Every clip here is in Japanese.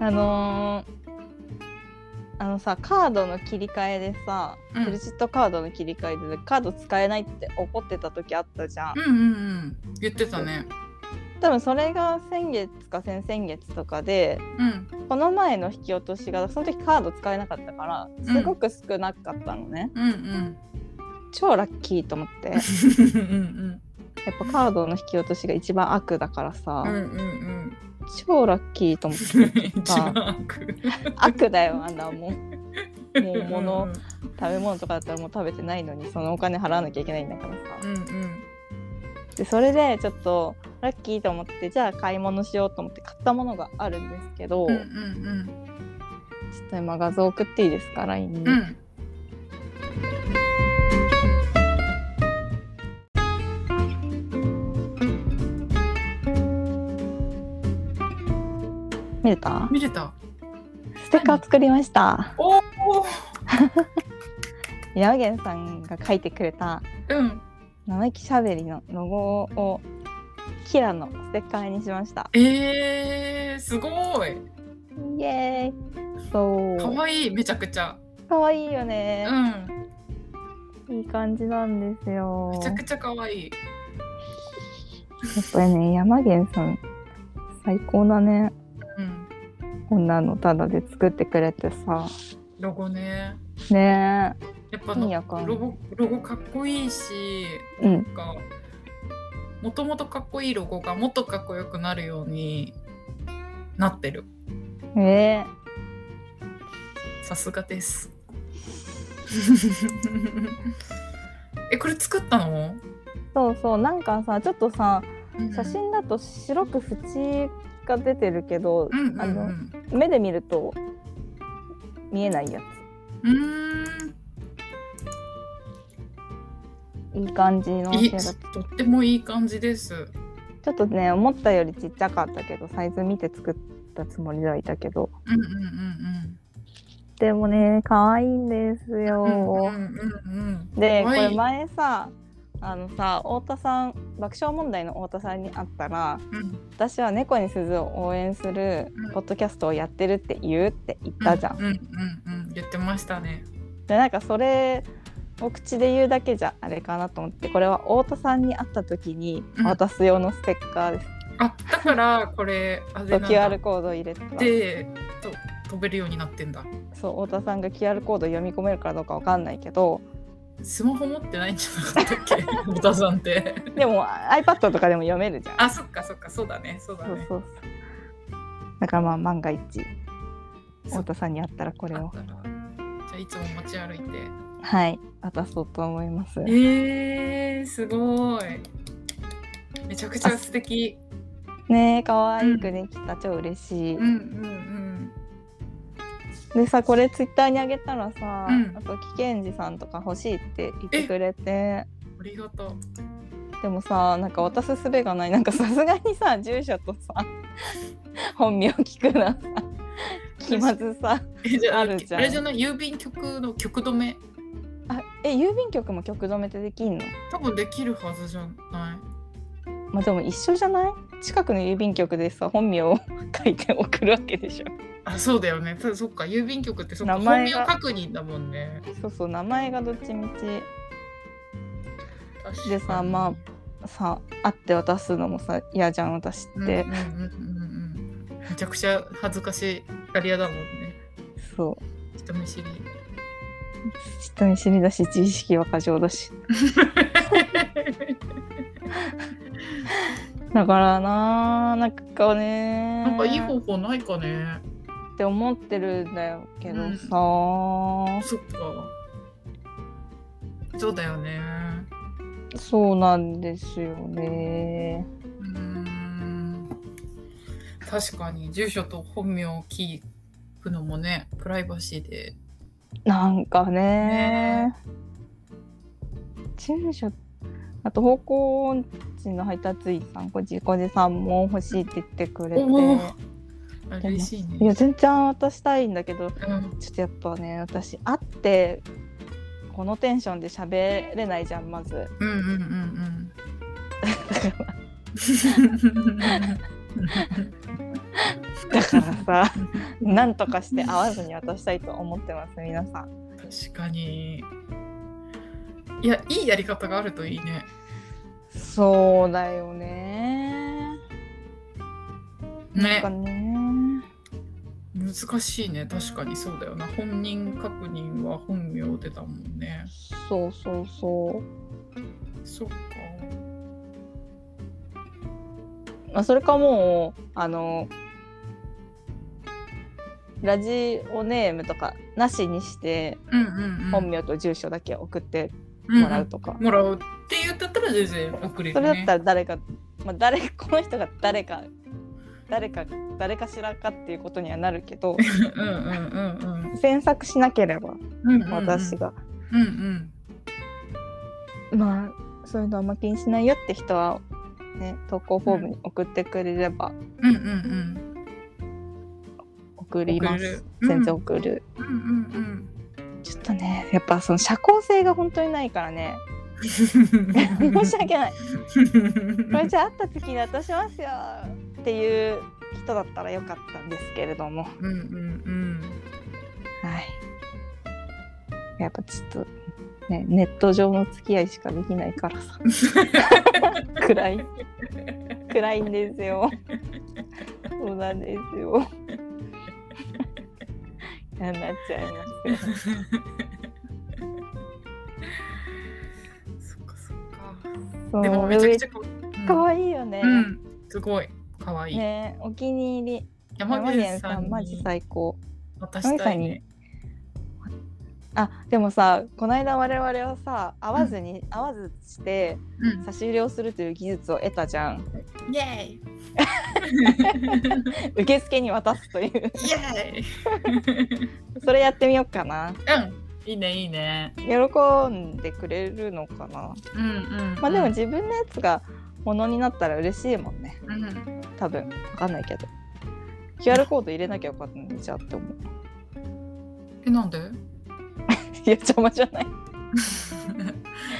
あのーあのさカードの切り替えでさ、うんクレジットカードの切り替えでカード使えないって怒ってた時あったじゃん、うんうんうん言ってたね多分それが先月か先々月とかでうんこの前の引き落としがその時カード使えなかったからすごく少なかったのね、うんうん超ラッキーと思ってやっうんぱカードの引き落としが一番悪だからさ、うんうん うん超ラッキーと思って うん一番悪悪だよあんなもんもうう物ん食べ物とかだったらもう食べてないのにそのお金払わなきゃいけないんだからさうんうんでそれでちょっとラッキーと思ってじゃあ買い物しようと思って買ったものがあるんですけど、うんちょっと今画像送っていいですか LINE に、うんうん見れた見れたステッカー作りましたおお山源さんが書いてくれたうん生意気しゃべりのロゴをキラのステッカーにしましたえー、すごいイエーイそうかわいいめちゃくちゃかわいいようね、んいい感じなんですよめちゃくちゃかわいいやっぱりね山源さん最高だねうんこんなのタダで作ってくれてさロゴねねやっぱえ意味わかんなロいゴロゴかっこいいし、うんなんかもともとかっこいいロゴがもっとかっこよくなるようになってるえーさすがです えこれ作ったの、そうそうなんかさちょっとさ写真だと白く縁が出てるけど、うんうんうあのん目で見ると見えないやうーんついい感じのいい手がつけとってもいい感じですちょっとね思ったよりちっちゃかったけどサイズ見て作ったつもりではいたけどうんうんうんでもね可愛いんですうんうんよう。んうんうんでかこわいいれ前さあのさ太田さん爆笑問題の太田さんに会ったらうん私は猫に鈴を応援するうんポッドキャストをやってるって言うって言ったじゃん。うんうんうんうん言ってましたねでなんかそれを口で言うだけじゃあれかなと思ってこれは太田さんに会った時にうん渡す用のステッカーです。あだからこれあれとなんだ QR コードを入れてたでと飛べるようになってんだそう太田さんが QR コードを読み込めるかどうかわかんないけ どスマホ持ってないんじゃなか ったっけ太田さんってでも iPad とかでも読めるじゃん。あそっかそっかそうだねそうだそうねそうそうだからまあ万が一太田さんに会ったらこれあをったらじゃあいつも持ち歩いてはい渡そうと思いますえー、すごいめちゃくちゃ素敵ねえ可愛くできた、超嬉しい、うんうんでさこれツイッターにあげたらさ、うんあと危険児さんとか欲しいって言ってくれてうんありがとうでもさなんか渡す術がないなんかさすがにさ住所とさ本名聞くなさ気まずさえじゃあああるじゃんれじゃない郵便局の局止めあえ郵便局も局止めってできんの多分できるはずじゃないまあでも一緒じゃない近くの郵便局でさ本名を書いて送るわけでしょあそうだよねただそっか郵便局ってそっか名本前名が確認だもんねそうそう名前がどっちみ確かにでさまちさ会って渡すのもさ嫌じゃん私って、うんうんうんうんうん、めちゃくちゃ恥ずかしがり屋だもんねそう人見 知り人見知りだし自意識は過剰だしだからなあなんかねなんかいい方法ないかねって思ってるんだよけどさ、そっかそうだよねそうなんですよねうーん確かに住所と本名を聞くのもねプライバシーでなんかねね住所あと方向音痴の配達員さんこじこじさんも欲しいって言ってくれておーあ嬉しいいやね全然渡したいんだけどうんちょっとやっぱね私会ってこのテンションで喋れないじゃんまずうんうんうん うんだからだからさ なんとかして会わずに渡したいと思ってます皆さん確かにいやいいやり方があるといいねそうだよねなんねかね難しいね確かにそうだよな本人確認は本名出たもんねそうそうそうそっかまあそれかもうあのラジオネームとかなしにしてうんうん、うん、本名と住所だけ送ってうんもらうとか、もらうって言ったったら全然送れる、ね、それだったら誰か、まあ、誰 この人が誰か誰か誰かしらかっていうことにはなるけ どうんうんうん詮索しなければうんうんうん私が、うんうんまあそういうのあんま気にしないよって人は、ね、投稿フォームに送ってくれればうんうんうん送りま送れるす、うん全然送る、うんうんちょっとねやっぱその社交性が本当にないから ねうん申し訳ないこれうじゃあ会った時に渡しますよっていう人だったらよかったんですけれどもはんうんうんいやっぱちょっとねネット上の付き合いしかできないから さ暗い暗いんですよそうなんです よ嫌になっちゃいますよそっかそっかそうでもめちゃくちゃこう可い愛いよね、うんすごい可愛いねお気に入り山山口源ささんんマジに最高渡したいねあでもさこの間我々はさ会わずに、会わずしてうん差し入れをするという技術を得たじゃんイエーイ受付に渡すという イエーイそれやってみようかなうんいいねいいね喜んでくれるのかなうんうんうんまあでも自分のやつがものになったら嬉しいもんねうん多分わかんないけど QR コード入れなきゃよかったんじゃあって思う えなんでいや邪魔じゃない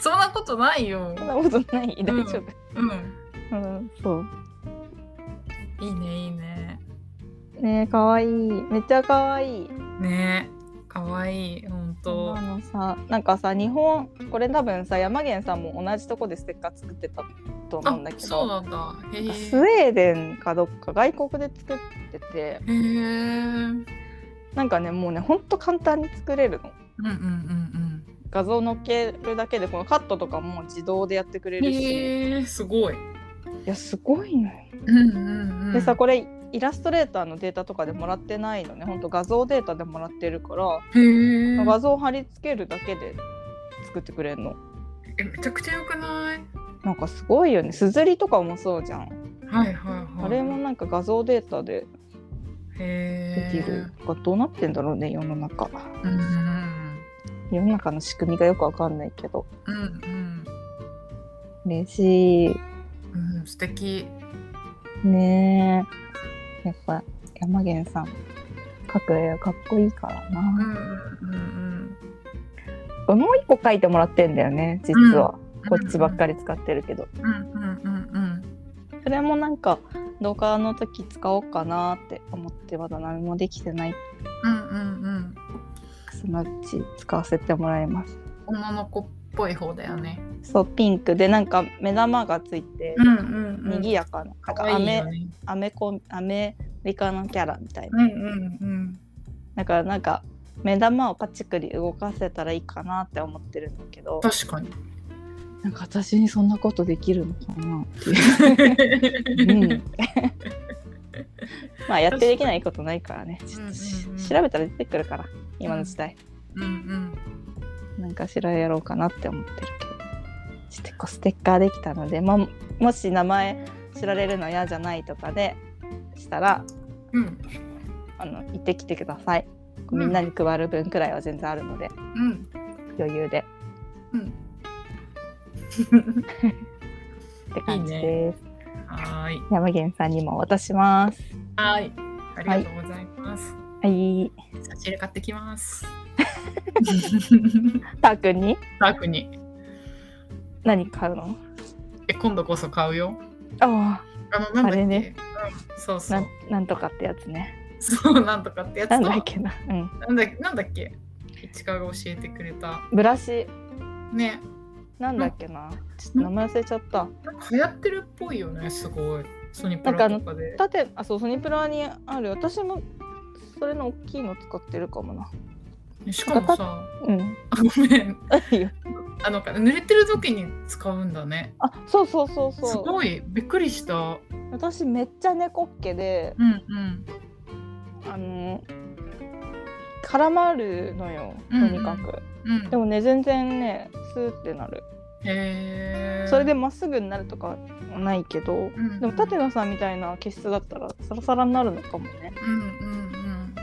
そんなことないよそんなことない大丈夫うんうん、そういいねいいねねえかわいいめっちゃかわいいね可愛い本そ当んなのさなんかさ日本これ多分さ山源さんも同じとこでステッカー作ってたと思あうんだけそうどなんだへえスウェーデンかどっか外国で作っててへえうんなんかねもうねほんと簡単に作れるのうんうん画像載っけるだけでこのカットとかも自動でやってくれうんるしいへえすごいやすごいの、ようんうんうんでさこれイラストレーターのデータとかでもらってないのねほんと画像データでもらってるから、へえ画像貼り付けるだけで作ってくれるのえめちゃくちゃ良くないなんかすごいよねすずりとかもそうじゃんはいはいはいあれもなんか画像データででへえきるとかどうなってんだろうね世の中うんうん世の中の仕組みがよくわかんないけどうん嬉しいうんうん素敵ねえやっぱ山源さん描く絵がかっこいいからうんうなんうんもう一個描いてもらってんだよね実は、うんこっちばっかり使ってるけどうんうんうんうんそれもなんか動画の時使おうかなって思ってまだ何もできてないうんうんうんそのうち使わせてもらいます女の子っぽい方だよねそうピンクでなんか目玉がついて、うんうんうんにぎやかななん可か愛い飴よねアメコンアメリカのキャラみたいなうんうんうんだからなんか目玉をパチクリ動かせたらいいかなって思ってるんだけど確かになんか私にそんなことできるのかなっていう、 うんまあやってできないことないからねちょっとしうんうんうん調べたら出てくるから今の時代うんうんなんかしらやろうかなって思ってるけどちょっとこうステッカーできたので、まあ、もし名前知られるの嫌じゃないとかでしたらうんあの行ってきてください。みんなに配る分くらいは全然あるので、うん余裕でうんって感じです。いいはーい山源さんにも渡します。はーいありがとうございますはい、差し入れ買ってきますたーくんにダークに何買うの？え今度こそ買うよああのなんだっけあれねうそうそな。うんなんとかってやつね そう、なんとかってやつなと、んなだんっけな、うん、だっけ、なんだっけ、市川が教えてくれた。ブラシね、なんだっけなちょっと名前忘れちゃったなんか流行ってるっぽいよね、すごい。ソニプなんかあラのとかで。縦あそうソニプラにある私もそれの大きいの使ってるかもなしかもさ、うんあごめん、 いいよあの、濡れてる時に使うんだね。あそうそうそうすそうごい、びっくりした。私めっちゃ猫っ毛でうんうん。あの絡まるのよとにかく、うん、でもね全然ねスーってなるへえ。それでまっすぐになるとかはないけどうんうん、でも舘野さんみたいな毛質だったらサラサラになるのかもねうんうん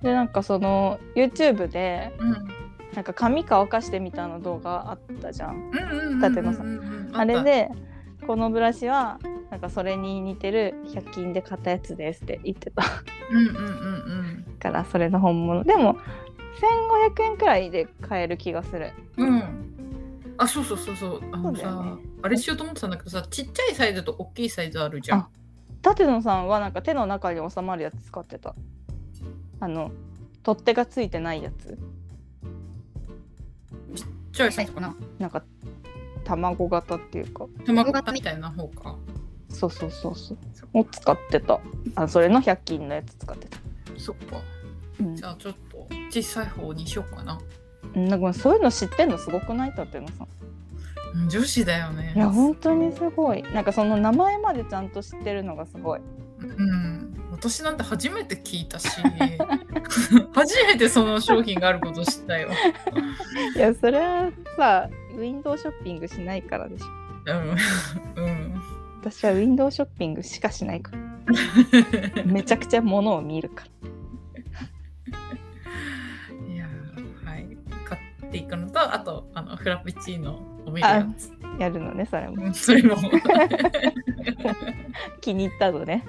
でなんかその YouTube でうん。うんなんか髪乾かしてみたの動画あったじゃんうんうんうんうんうん。舘野さんあれ。でこのブラシはなんかそれに似てる100均で買ったやつですって言ってた うんうんうんうん。からそれの本物でも1500円くらいで買える気がするうん。あ、そうそうそうそう。あのそうだよさね、あれしようと思ってたんだけどさ、ちっちゃいサイズと大きいサイズあるじゃんあ。舘野さんはなんか手の中に収まるやつ使ってたあの取っ手がついてないやつちっちゃいサイズかな。なんか卵型っていうか卵型みたいな方か。そうそうそうそうそっかを使ってたあそれの100均のやつ使ってた、そっか。うんじゃあちょっと小さい方にしようかな。うん、なんかそういうの知ってんのすごくない舘野さんうん女子だよね。いや本当にすごいなんかその名前までちゃんと知ってるのがすごいうん。私なんて初めて聞いたし、 初めてその商品があること知ったよ。いやそれはさウィンドウショッピングしないからでしょうん。うん。私はウィンドウショッピングしかしないからめちゃくちゃ物を見るからいやーはい買っていくのとあとあのフラペチーノを見るやつやるのねそれもうんそれも 気に入ったのね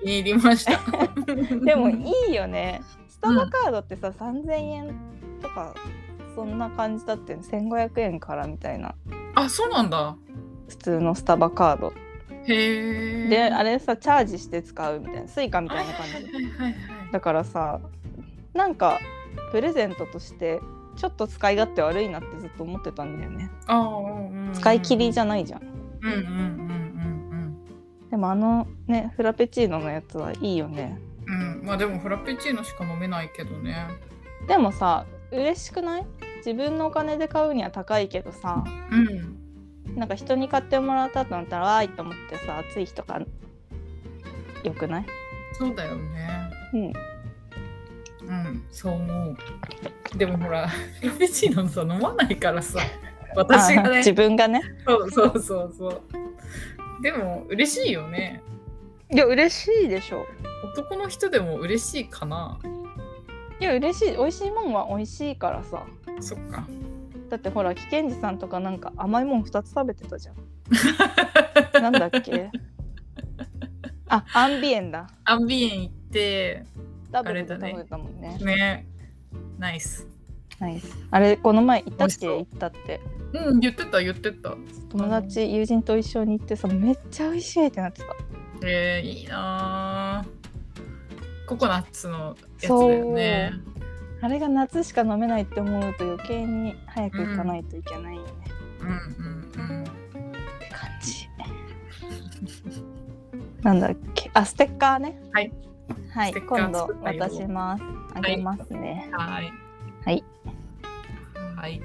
気に入りました でもいいいよねスタバカードってさ、3000円とかそんな感じだって1500円からみたいなあそうなんだ普通のスタバカードへえであれさチャージして使うみたいなスイカみたいな感はいじはいはいはいだからさなんかプレゼントとしてちょっと使い勝手悪いなってずっと思ってたんだよねあーうんうん使い切りじゃないじゃんうんうんうんでもあのねフラペチーノのやつはいいよねうんうんうんまあでもフラペチーノしか飲めないけどねでもさ嬉しくない自分のお金で買うには高いけどさうんなんか人に買ってもらったとなったらわーいと思ってさ暑い日とかよくないそうだよねうんうんそう思うでもほら フラペチーノさ飲まないか らさ私があね自分がねそうそうそうそう。でも嬉しいよね。いや嬉しいでしょ男の人でも嬉しいかな。いや嬉しい美味しいもんは美味しいからさそっか。だってほら危健児さんとかなんか甘いもん2つ食べてたじゃ んなんだっけあアンビエンだアンビエン行って、ダブルであれ食だねべたもんねね。ナイス。ナイスあれこの前行ったっけ美味行しったってうん、言ってた、言ってた。友達友人と一緒に行ってさめっちゃ美味しいってなってたえー、いいなーココナッツのやつだよね。あれが夏しか飲めないって思うと余計に早く行かないといけないよね、うんうんうん。って感 じなんだっけあステッカーねはいはいステッカー今度作ったよ渡しますあげますね、はい。はい。はい。